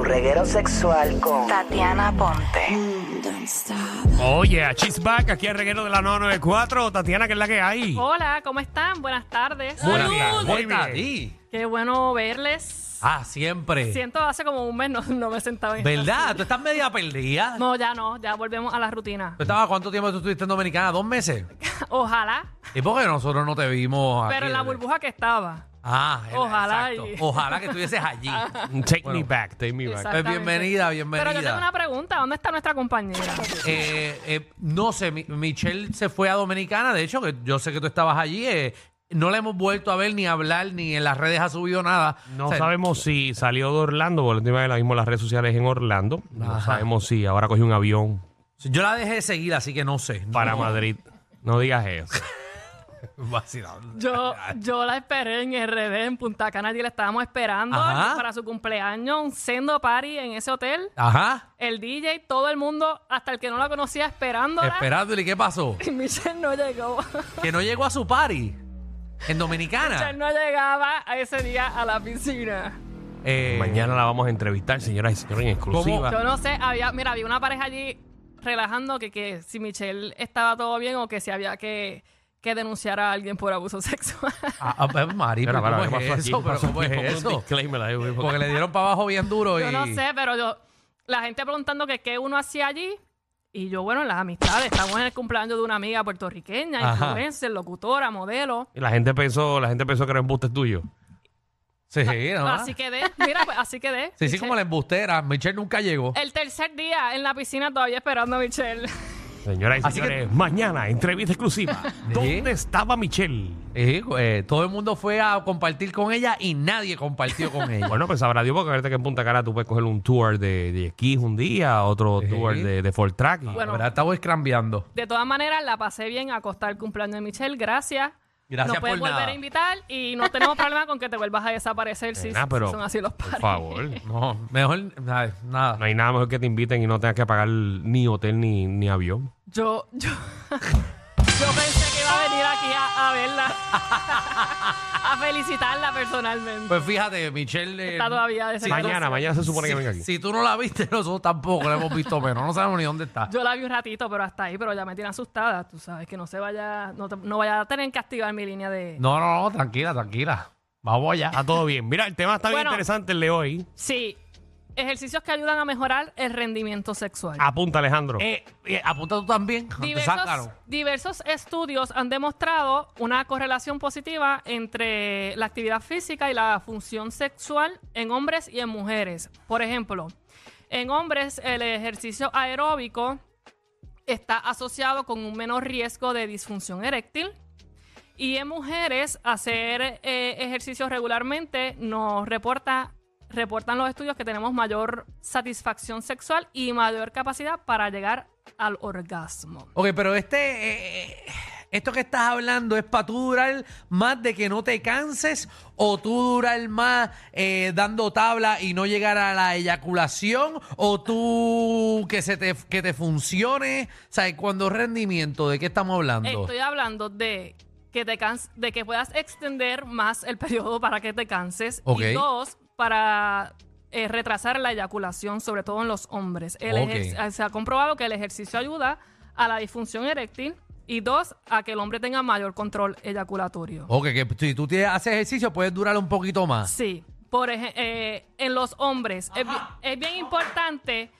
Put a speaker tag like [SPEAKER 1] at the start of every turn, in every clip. [SPEAKER 1] reguero sexual con Tatiana Ponte.
[SPEAKER 2] Oye, a Cheese Back, aquí el reguero de la 994. Tatiana, que es la que hay.
[SPEAKER 3] Hola, ¿cómo están? Buenas tardes.
[SPEAKER 2] Buenas tardes, muy
[SPEAKER 4] Muy
[SPEAKER 2] bien.
[SPEAKER 4] bien.
[SPEAKER 3] Qué bueno verles.
[SPEAKER 4] Ah, siempre.
[SPEAKER 3] Siento hace como un mes no, no me sentaba bien.
[SPEAKER 4] ¿Verdad? Tú estás media perdida.
[SPEAKER 3] No, ya no, ya volvemos a la rutina.
[SPEAKER 4] ¿Tú estabas cuánto tiempo tú estuviste en Dominicana? ¿Dos meses?
[SPEAKER 3] Ojalá,
[SPEAKER 4] ¿Y por qué nosotros no te vimos aquí?
[SPEAKER 3] pero en la burbuja que estaba.
[SPEAKER 4] Ah, era-
[SPEAKER 3] Ojalá
[SPEAKER 4] exacto.
[SPEAKER 3] y- Ah.
[SPEAKER 4] Ojalá que estuvieses allí.
[SPEAKER 2] Take me
[SPEAKER 4] Bueno.
[SPEAKER 2] back, take me back.
[SPEAKER 3] Exacto.
[SPEAKER 4] Pues bienvenida,
[SPEAKER 3] Pero yo tengo una
[SPEAKER 4] bienvenida.
[SPEAKER 3] pregunta, ¿dónde está nuestra compañera?
[SPEAKER 4] Eh, eh, no sé, mi- Michelle se fue a Dominicana. De hecho, que yo sé que tú estabas allí. eh, no la hemos vuelto a ver ni hablar, ni en las redes ha subido nada.
[SPEAKER 2] No
[SPEAKER 4] O sea,
[SPEAKER 2] sabemos si salió de Orlando, porque la última vez la vimos en las redes sociales en Orlando. No sabemos si ahora cogió un avión
[SPEAKER 4] Yo la dejé de seguir, así que no sé.
[SPEAKER 2] para
[SPEAKER 4] No.
[SPEAKER 2] Madrid. No digas eso.
[SPEAKER 4] Vacilando.
[SPEAKER 3] Yo, yo la esperé en RD, en Punta Cana, y la estábamos esperando
[SPEAKER 4] Ajá.
[SPEAKER 3] para su cumpleaños, un sendo party en ese hotel.
[SPEAKER 4] Ajá.
[SPEAKER 3] El DJ, todo el mundo, hasta el que no la conocía, esperándola.
[SPEAKER 4] Esperando, ¿y qué pasó?
[SPEAKER 3] Y Michelle no llegó.
[SPEAKER 4] que no llegó a su party en Dominicana.
[SPEAKER 3] Michelle no llegaba a ese día a la piscina.
[SPEAKER 4] Eh,
[SPEAKER 2] Mañana la vamos a entrevistar, señoras y señores, en exclusiva.
[SPEAKER 3] Yo no sé, había, mira, había una pareja allí relajando que, que si Michelle estaba todo bien o que si había que, que denunciar a alguien por abuso sexual.
[SPEAKER 4] Ah, ah, pues, Mari,
[SPEAKER 2] Espera,
[SPEAKER 4] pero
[SPEAKER 2] para,
[SPEAKER 4] ¿cómo
[SPEAKER 2] ¿qué
[SPEAKER 4] es
[SPEAKER 2] pasó aquí?
[SPEAKER 4] eso?
[SPEAKER 2] ¿Qué
[SPEAKER 4] ¿Pero
[SPEAKER 2] pasó
[SPEAKER 4] cómo
[SPEAKER 2] aquí?
[SPEAKER 4] es
[SPEAKER 2] Pon un
[SPEAKER 4] eso?
[SPEAKER 2] disclaimer ahí, porque-
[SPEAKER 4] Porque le dieron para abajo bien duro y...
[SPEAKER 3] Yo no sé, pero yo, la gente preguntando que qué uno hacía allí. Y yo, bueno, en las amistades, estamos en el cumpleaños de una amiga puertorriqueña,
[SPEAKER 4] Ajá.
[SPEAKER 3] influencer, locutora, modelo.
[SPEAKER 2] Y la gente pensó, la gente pensó que era embuste tuyo.
[SPEAKER 4] Sí, ¿no?
[SPEAKER 3] Así quedé, mira, pues, así quedé.
[SPEAKER 4] sí, sí,
[SPEAKER 3] Michelle-
[SPEAKER 4] como la embustera. Michelle nunca llegó.
[SPEAKER 3] El tercer día en la piscina todavía esperando a Michelle.
[SPEAKER 2] Señoras y
[SPEAKER 4] Así que-
[SPEAKER 2] señores, mañana, entrevista exclusiva. ¿Dónde estaba Michelle?
[SPEAKER 4] Sí, eh, todo el mundo fue a compartir con ella y nadie compartió con ella.
[SPEAKER 2] Bueno, pues sabrá Dios, porque ahorita que en Punta Cara tú puedes coger un tour de, de esquís un día, otro
[SPEAKER 4] Sí.
[SPEAKER 2] tour de, de Ford Track. y-
[SPEAKER 3] Bueno.
[SPEAKER 4] La verdad, estaba escrambeando.
[SPEAKER 3] De todas maneras, la pasé bien acostar el cumpleaños de Michelle. Gracias.
[SPEAKER 4] Gracias
[SPEAKER 3] Nos puedes
[SPEAKER 4] por
[SPEAKER 3] volver
[SPEAKER 4] nada.
[SPEAKER 3] a invitar y no tenemos problema con que te vuelvas a desaparecer si,
[SPEAKER 2] Nena,
[SPEAKER 3] si
[SPEAKER 2] pero,
[SPEAKER 3] son así los
[SPEAKER 2] Por
[SPEAKER 3] padres.
[SPEAKER 2] favor.
[SPEAKER 4] No, mejor ay, nada.
[SPEAKER 2] No hay nada mejor que te inviten y no tengas que pagar ni hotel ni, ni avión.
[SPEAKER 3] Yo, yo, yo pensé que iba a venir aquí a, a verla, a felicitarla personalmente.
[SPEAKER 4] Pues fíjate, Michelle... eh,
[SPEAKER 3] Está todavía de
[SPEAKER 2] Em, mañana, mañana se supone que venga aquí.
[SPEAKER 4] si tú no la viste, nosotros tampoco la hemos visto menos. No sabemos ni dónde está.
[SPEAKER 3] Yo la vi un ratito, pero hasta ahí, pero ya me tiene asustada. Tú sabes que no se vaya, no, te- no vaya a tener que activar mi línea de...
[SPEAKER 4] No, no, no, tranquila, tranquila. Vamos allá.
[SPEAKER 2] Está todo bien. Mira, el tema está bien
[SPEAKER 3] Bueno.
[SPEAKER 2] interesante el de hoy.
[SPEAKER 3] Sí, ejercicios que ayudan a mejorar el rendimiento sexual.
[SPEAKER 2] Apunta, Alejandro.
[SPEAKER 4] Eh, eh, apunta tú también. Te
[SPEAKER 3] Diversos,
[SPEAKER 4] sacaron.
[SPEAKER 3] diversos estudios han demostrado una correlación positiva entre la actividad física y la función sexual en hombres y en mujeres. Por ejemplo, en hombres el ejercicio aeróbico está asociado con un menor riesgo de disfunción eréctil y en mujeres hacer eh, ejercicio regularmente nos reporta reportan los estudios que tenemos mayor satisfacción sexual y mayor capacidad para llegar al orgasmo.
[SPEAKER 4] Ok, pero este. eh, eh, esto que estás hablando es para tú durar más de que no te canses o tú durar más eh, dando tabla y no llegar a la eyaculación o tú que se te, que te funcione. O sea, cuando rendimiento, ¿de qué estamos hablando?
[SPEAKER 3] Estoy hablando de que te cans de que puedas extender más el periodo para que te canses
[SPEAKER 4] Ok.
[SPEAKER 3] y dos para eh, retrasar la eyaculación, sobre todo en los hombres. El
[SPEAKER 4] Ok.
[SPEAKER 3] ejer- Se ha comprobado que el ejercicio ayuda a la disfunción eréctil y dos a que el hombre tenga mayor control eyaculatorio.
[SPEAKER 4] Ok, que si tú tienes, haces ejercicio puedes durar un poquito más.
[SPEAKER 3] Sí, por ejemplo, en los hombres es, bi- es bien importante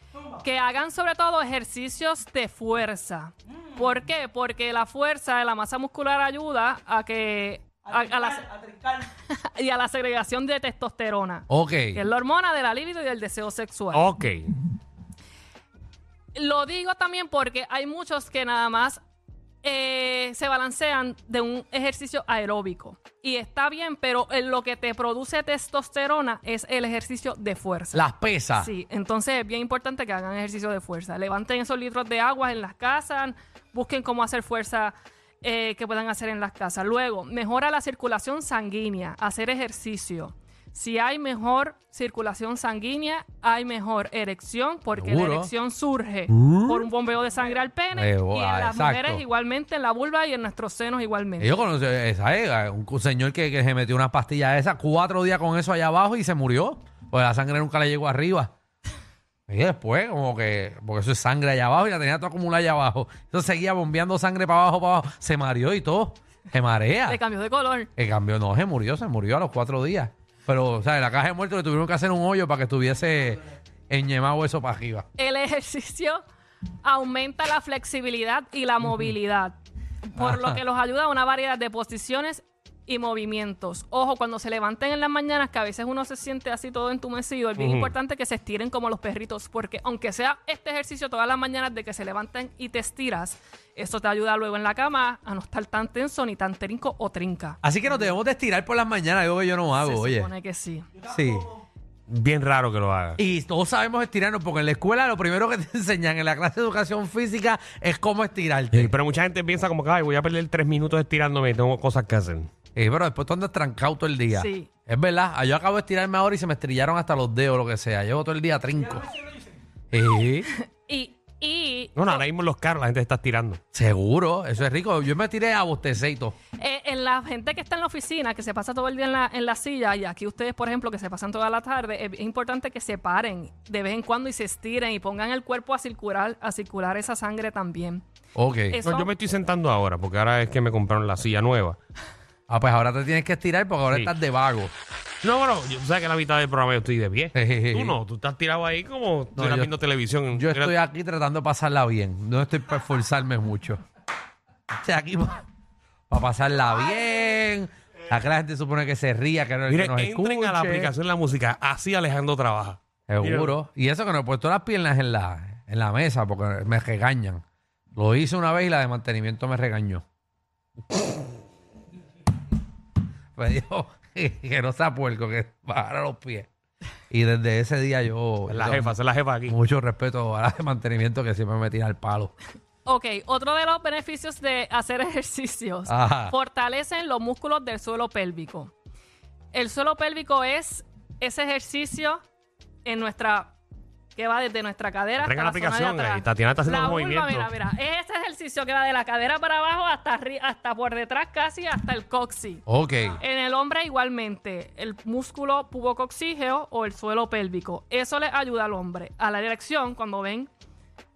[SPEAKER 3] que hagan sobre todo ejercicios de fuerza. ¿Por qué? Porque la fuerza de la masa muscular ayuda a que a, a la, y a la segregación de testosterona,
[SPEAKER 4] Ok.
[SPEAKER 3] que es la hormona de la libido y del deseo sexual.
[SPEAKER 2] Ok.
[SPEAKER 3] Lo digo también porque hay muchos que nada más eh, se balancean de un ejercicio aeróbico. Y está bien, pero en lo que te produce testosterona es el ejercicio de fuerza.
[SPEAKER 4] Las pesas.
[SPEAKER 3] Sí, entonces es bien importante que hagan ejercicio de fuerza. Levanten esos litros de agua en las casas, busquen cómo hacer fuerza eh, que puedan hacer en las casas. Luego, mejora la circulación sanguínea, hacer ejercicio. Si hay mejor circulación sanguínea, hay mejor erección, porque
[SPEAKER 4] Seguro.
[SPEAKER 3] la erección surge por un bombeo de sangre al pene
[SPEAKER 4] Eh,
[SPEAKER 3] y en
[SPEAKER 4] ah,
[SPEAKER 3] las
[SPEAKER 4] exacto.
[SPEAKER 3] mujeres igualmente, en la vulva y en nuestros senos igualmente.
[SPEAKER 4] Yo conozco esa, eh, un cu- señor que, que se metió unas pastillas esas, cuatro días con eso allá abajo y se murió. Pues la sangre nunca le llegó arriba. Y después, como que, porque eso es sangre allá abajo y la tenía toda acumulada allá abajo. Entonces seguía bombeando sangre para abajo, para abajo. Se mareó y todo. Se marea.
[SPEAKER 3] Le cambió de color.
[SPEAKER 4] El cambio no, se murió, se murió a los cuatro días. Pero, o sea, en la caja de muertos le tuvieron que hacer un hoyo para que estuviese enyemado eso para arriba.
[SPEAKER 3] El ejercicio aumenta la flexibilidad y la movilidad, por lo
[SPEAKER 4] Ajá.
[SPEAKER 3] que los ayuda a una variedad de posiciones y movimientos. Ojo, cuando se levanten en las mañanas, que a veces uno se siente así todo entumecido, es bien
[SPEAKER 2] Ujú.
[SPEAKER 3] importante que se estiren como los perritos, porque aunque sea este ejercicio todas las mañanas de que se levanten y te estiras, eso te ayuda luego en la cama a no estar tan tenso ni tan trinco o trinca.
[SPEAKER 4] Así que nos debemos de estirar por las mañanas, algo que yo no hago,
[SPEAKER 3] se
[SPEAKER 4] Ah, oye.
[SPEAKER 3] supone que sí.
[SPEAKER 4] Sí.
[SPEAKER 2] Bien raro que lo haga.
[SPEAKER 4] Y todos sabemos estirarnos, porque en la escuela lo primero que te enseñan en la clase de educación física es cómo estirarte.
[SPEAKER 2] Sí, Eh, pero mucha gente piensa como que Ay, voy a perder tres minutos estirándome, tengo cosas que hacer.
[SPEAKER 4] Eh, pero después tú andas trancado todo el día.
[SPEAKER 3] Sí.
[SPEAKER 4] Es verdad. Ah, Yo acabo de estirarme ahora y se me estrillaron hasta los dedos, lo que sea. Llevo todo el día trinco. Sí,
[SPEAKER 3] Y, y
[SPEAKER 2] No, no, ahora mismo en los carros la gente se está estirando.
[SPEAKER 4] seguro. Eso es rico. Yo me tiré a bosteceito.
[SPEAKER 3] Eh, en la gente que está en la oficina, que se pasa todo el día en la, en la silla, y aquí ustedes, por ejemplo, que se pasan toda la tarde, es importante que se paren de vez en cuando y se estiren y pongan el cuerpo a circular, a circular esa sangre también.
[SPEAKER 4] Ok.
[SPEAKER 3] Es-
[SPEAKER 2] No, yo me estoy sentando ahora, porque ahora es que me compraron la silla nueva.
[SPEAKER 4] Ah, pues ahora te tienes que estirar porque ahora
[SPEAKER 2] Sí.
[SPEAKER 4] estás de vago.
[SPEAKER 2] No, bueno, yo, tú sabes que la mitad del programa yo estoy de pie. tú no, tú estás tirado ahí como tú
[SPEAKER 4] yo-
[SPEAKER 2] estás viendo televisión.
[SPEAKER 4] Yo estoy
[SPEAKER 2] Mira,
[SPEAKER 4] aquí tratando de pasarla bien. No estoy para esforzarme mucho. Estoy aquí para pasarla bien. Acá la gente supone que se ría, que no que
[SPEAKER 2] Mire,
[SPEAKER 4] nos
[SPEAKER 2] entren a la
[SPEAKER 4] escuche.
[SPEAKER 2] aplicación de la música. Así Alejandro trabaja.
[SPEAKER 4] Seguro. Y eso que no he puesto las piernas en la, en la mesa porque me regañan. Lo hice una vez y la de mantenimiento me regañó. me dijo que no sea puerco, que bajara los pies. Y desde ese día yo...
[SPEAKER 2] Es la
[SPEAKER 4] yo-
[SPEAKER 2] jefa, es la jefa aquí.
[SPEAKER 4] Mucho respeto a la de mantenimiento que siempre me tira al palo.
[SPEAKER 3] Ok, otro de los beneficios de hacer ejercicios,
[SPEAKER 4] Ajá.
[SPEAKER 3] fortalecen los músculos del suelo pélvico. El suelo pélvico es ese ejercicio en nuestra que va desde nuestra cadera
[SPEAKER 2] Traigan
[SPEAKER 3] hasta
[SPEAKER 2] la
[SPEAKER 3] la, zona de
[SPEAKER 2] aplicación,
[SPEAKER 3] atrás.
[SPEAKER 2] ahí, Tatiana está haciendo
[SPEAKER 3] La
[SPEAKER 2] los
[SPEAKER 3] vulva,
[SPEAKER 2] movimientos.
[SPEAKER 3] Mira, mira, es ese ejercicio que va de la cadera para abajo hasta, arri- hasta por detrás casi hasta el coxi.
[SPEAKER 4] Ok.
[SPEAKER 3] En el hombre igualmente, el músculo pubocoxígeo o el suelo pélvico. Eso le ayuda al hombre a la dirección cuando ven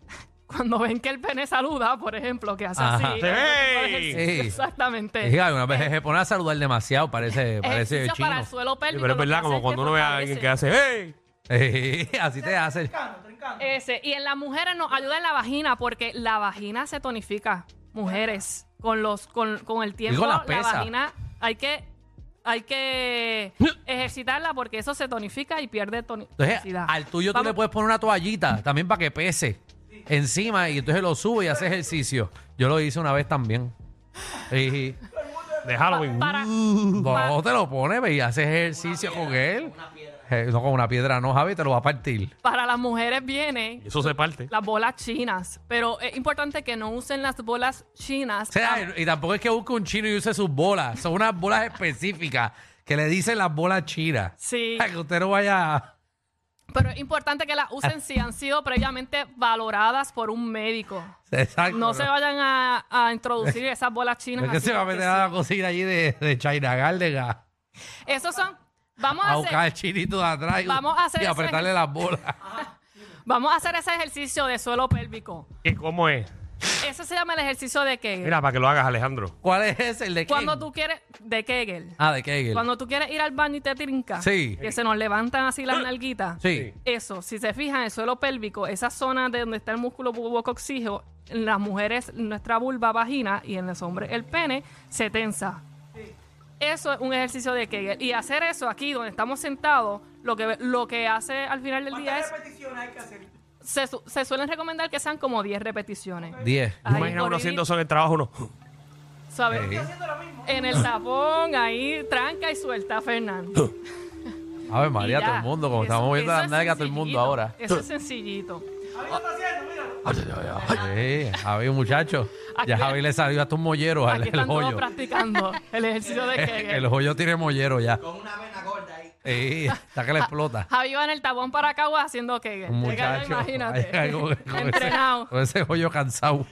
[SPEAKER 3] cuando ven que el pene saluda, por ejemplo, que hace
[SPEAKER 4] Ajá.
[SPEAKER 3] así.
[SPEAKER 2] ¡Sí!
[SPEAKER 4] Sí.
[SPEAKER 3] Exactamente.
[SPEAKER 4] Diga, una vez se pone a saludar demasiado, parece, parece
[SPEAKER 3] Ejercicio
[SPEAKER 4] chino.
[SPEAKER 3] para el suelo
[SPEAKER 2] Sí,
[SPEAKER 3] pélvico.
[SPEAKER 2] pero es
[SPEAKER 3] lo que
[SPEAKER 2] verdad,
[SPEAKER 3] hace
[SPEAKER 2] como
[SPEAKER 3] es
[SPEAKER 2] cuando
[SPEAKER 3] que
[SPEAKER 2] uno ve a alguien que
[SPEAKER 3] fortalece
[SPEAKER 2] hace, ¡hey!
[SPEAKER 4] Eh, así te hace.
[SPEAKER 3] Ese. Y en las mujeres nos ayuda en la vagina porque la vagina se tonifica, mujeres. Con los con, con el tiempo,
[SPEAKER 4] Digo, las
[SPEAKER 3] la
[SPEAKER 4] pesas.
[SPEAKER 3] vagina hay que hay que ejercitarla porque eso se tonifica y pierde toni-
[SPEAKER 4] Entonces,
[SPEAKER 3] tonicidad.
[SPEAKER 4] al tuyo tú
[SPEAKER 3] Vamos-
[SPEAKER 4] le puedes poner una toallita también para que pese encima y entonces lo sube y hace ejercicio. Yo lo hice una vez también. Y,
[SPEAKER 2] De Halloween.
[SPEAKER 3] para,
[SPEAKER 4] no, te lo pones ve, y haces ejercicio con él. Eh, no, con una piedra no, Javi, te lo va a partir.
[SPEAKER 3] para las mujeres vienen
[SPEAKER 2] Eso se parte.
[SPEAKER 3] las bolas chinas, pero es importante que no usen las bolas chinas. Ah,
[SPEAKER 4] O sea, y tampoco es que busque un chino y use sus bolas. Son unas bolas específicas que le dicen las bolas chinas.
[SPEAKER 3] Sí.
[SPEAKER 4] Para que usted no vaya...
[SPEAKER 3] Pero es importante que las usen si han sido previamente valoradas por un médico.
[SPEAKER 4] Exacto,
[SPEAKER 3] No se vayan a, a introducir esas bolas chinas.
[SPEAKER 4] Es que
[SPEAKER 3] así
[SPEAKER 4] se va a
[SPEAKER 3] porque
[SPEAKER 4] meter
[SPEAKER 3] sí.
[SPEAKER 4] a la cocina allí de, de China Garden a,
[SPEAKER 3] Esos son. Vamos a,
[SPEAKER 4] a buscar
[SPEAKER 3] hacer,
[SPEAKER 4] al chinito de atrás y,
[SPEAKER 3] Vamos a hacer
[SPEAKER 4] y
[SPEAKER 3] ese
[SPEAKER 4] apretarle las bolas.
[SPEAKER 3] vamos a hacer ese ejercicio de suelo pélvico.
[SPEAKER 2] ¿Qué, ¿Cómo es?
[SPEAKER 3] Ese se llama el ejercicio de Kegel.
[SPEAKER 2] Mira, para que lo hagas, Alejandro.
[SPEAKER 4] ¿Cuál es ese? ¿El de
[SPEAKER 3] cuando
[SPEAKER 4] quién?
[SPEAKER 3] tú quieres. De Kegel.
[SPEAKER 4] Ah, de Kegel.
[SPEAKER 3] Cuando tú quieres ir al baño y te trinca.
[SPEAKER 4] Sí.
[SPEAKER 3] Que se nos levantan así las nalguitas.
[SPEAKER 4] Sí.
[SPEAKER 3] Eso, si se fijan, el suelo pélvico, esa zona de donde está el músculo bubocoxígeo, en las mujeres nuestra vulva vagina y en los hombres el pene se tensa. Eso es un ejercicio de Kegel. Y hacer eso aquí, donde estamos sentados, lo que, lo que hace al final del día es... Se, su- se suelen recomendar que sean como 10 repeticiones.
[SPEAKER 4] 10.
[SPEAKER 3] Ahí,
[SPEAKER 2] Imagina
[SPEAKER 3] por
[SPEAKER 2] uno
[SPEAKER 3] ahí,
[SPEAKER 2] haciendo eso en el trabajo, uno.
[SPEAKER 3] ¿sabes? En el tapón, ahí, tranca y suelta, Fernando.
[SPEAKER 4] A ver, María,
[SPEAKER 3] Y ya.
[SPEAKER 4] todo el mundo, como
[SPEAKER 3] Eso-
[SPEAKER 4] estamos moviendo
[SPEAKER 3] eso
[SPEAKER 4] las
[SPEAKER 3] es
[SPEAKER 4] nalgas, todo el mundo
[SPEAKER 3] sencillito.
[SPEAKER 4] ahora.
[SPEAKER 3] Eso es sencillito.
[SPEAKER 4] Sí, Javi, muchacho. Ya
[SPEAKER 3] Aquí-
[SPEAKER 4] Javi le salió hasta un mollero al
[SPEAKER 3] Aquí
[SPEAKER 4] el
[SPEAKER 3] están todos
[SPEAKER 4] hoyo.
[SPEAKER 3] practicando el ejercicio de Kegel.
[SPEAKER 4] El hoyo tiene mollero ya. Con una vena gorda ahí. Sí, hasta que le explota.
[SPEAKER 3] Javi va en el tabón para Caguas haciendo Kegel.
[SPEAKER 4] Un
[SPEAKER 3] Llega,
[SPEAKER 4] muchacho.
[SPEAKER 3] Imagínate.
[SPEAKER 4] ahí con- con ese-
[SPEAKER 3] Entrenado.
[SPEAKER 4] Con ese hoyo cansado.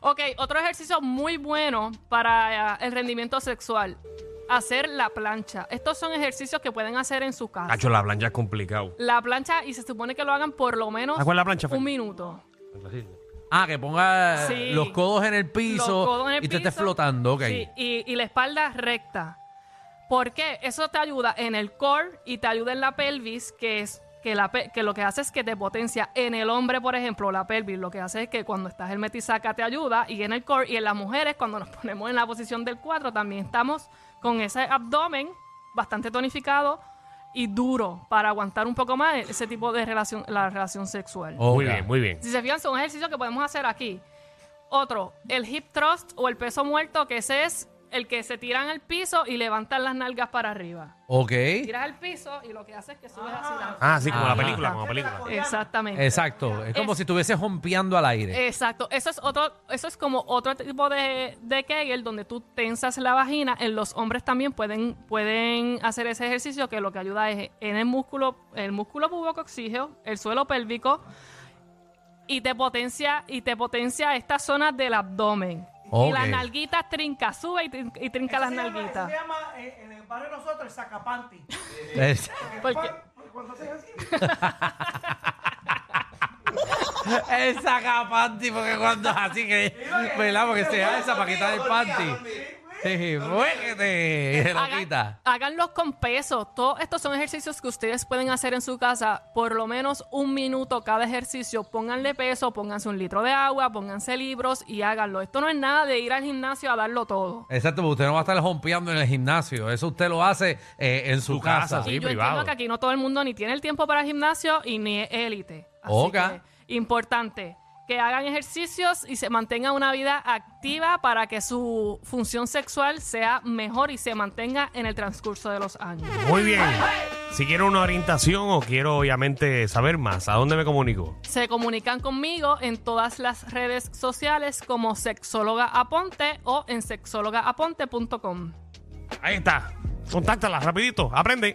[SPEAKER 3] Ok, otro ejercicio muy bueno para eh, el rendimiento sexual. hacer la plancha. Estos son ejercicios que pueden hacer en su casa.
[SPEAKER 2] Cacho, la plancha es complicado.
[SPEAKER 3] La plancha, y se supone que lo hagan por lo menos
[SPEAKER 2] ¿A cuál la plancha, Fer?
[SPEAKER 3] un minuto.
[SPEAKER 4] Ah, que ponga
[SPEAKER 3] Sí.
[SPEAKER 4] los codos en el piso
[SPEAKER 3] Los codos en el
[SPEAKER 4] y te estés
[SPEAKER 3] piso.
[SPEAKER 4] flotando, ok.
[SPEAKER 3] Sí, y, y la espalda recta. ¿Por qué? Eso te ayuda en el core y te ayuda en la pelvis, que es que, la pe- que lo que hace es que te potencia. En el hombre, por ejemplo, la pelvis lo que hace es que cuando estás en metisaca te ayuda y en el core y en las mujeres cuando nos ponemos en la posición del cuatro también estamos con ese abdomen bastante tonificado y duro para aguantar un poco más ese tipo de relación, la relación sexual.
[SPEAKER 4] Ok.
[SPEAKER 2] Muy bien, muy bien.
[SPEAKER 3] Si se fijan, son ejercicios que podemos hacer aquí. Otro, el hip thrust o el peso muerto, que ese es el que se tiran al piso y levantan las nalgas para arriba.
[SPEAKER 4] Ok.
[SPEAKER 3] Tiras al piso y lo que haces es que subes así. la-
[SPEAKER 2] Ah, sí, como
[SPEAKER 4] Ajá.
[SPEAKER 2] la película, como la película.
[SPEAKER 3] Exactamente.
[SPEAKER 4] Exacto. Es como
[SPEAKER 3] Es- Eh.
[SPEAKER 4] si estuviese jompeando al aire.
[SPEAKER 3] Exacto. Eso es otro, eso es como otro tipo de, de Kegel donde tú tensas la vagina. En los hombres también pueden, pueden hacer ese ejercicio que lo que ayuda es en el músculo, el músculo pubocoxígeo, el suelo pélvico, y te potencia, y te potencia estas zonas del abdomen. Y
[SPEAKER 4] Ok.
[SPEAKER 3] las nalguitas trinca, sube y, trin- y trinca las
[SPEAKER 5] se llama-
[SPEAKER 3] nalguitas.
[SPEAKER 5] Se llama eh, en el barrio de nosotros el sacapanti.
[SPEAKER 4] Es-
[SPEAKER 3] Porque-
[SPEAKER 5] Cuando haces así.
[SPEAKER 4] el sacapanti, porque cuando es así que. ¿Verdad? Porque se alza para quitar el panty. Sí, muévete. Y se lo
[SPEAKER 3] Hagan,
[SPEAKER 4] quita.
[SPEAKER 3] háganlos con peso. Todos estos son ejercicios que ustedes pueden hacer en su casa por lo menos un minuto cada ejercicio. Pónganle peso, pónganse un litro de agua, pónganse libros y háganlo. Esto no es nada de ir al gimnasio a darlo todo.
[SPEAKER 4] Exacto, porque usted no va a estar jompeando en el gimnasio. Eso usted lo hace eh, en su,
[SPEAKER 2] Su
[SPEAKER 4] casa.
[SPEAKER 2] casa,
[SPEAKER 3] y
[SPEAKER 2] sí.
[SPEAKER 3] yo
[SPEAKER 2] privado.
[SPEAKER 3] entiendo que aquí no todo el mundo ni tiene el tiempo para el gimnasio y ni es élite. Así
[SPEAKER 4] Ok.
[SPEAKER 3] que, importante, que hagan ejercicios y se mantengan una vida activa para que su función sexual sea mejor y se mantenga en el transcurso de los años.
[SPEAKER 2] Muy bien. Si quiero una orientación o quiero obviamente saber más, ¿a dónde me comunico?
[SPEAKER 3] Se comunican conmigo en todas las redes sociales como Sexóloga Aponte o en sexólogaaponte.com.
[SPEAKER 2] Ahí está. Contáctala rapidito. Aprende.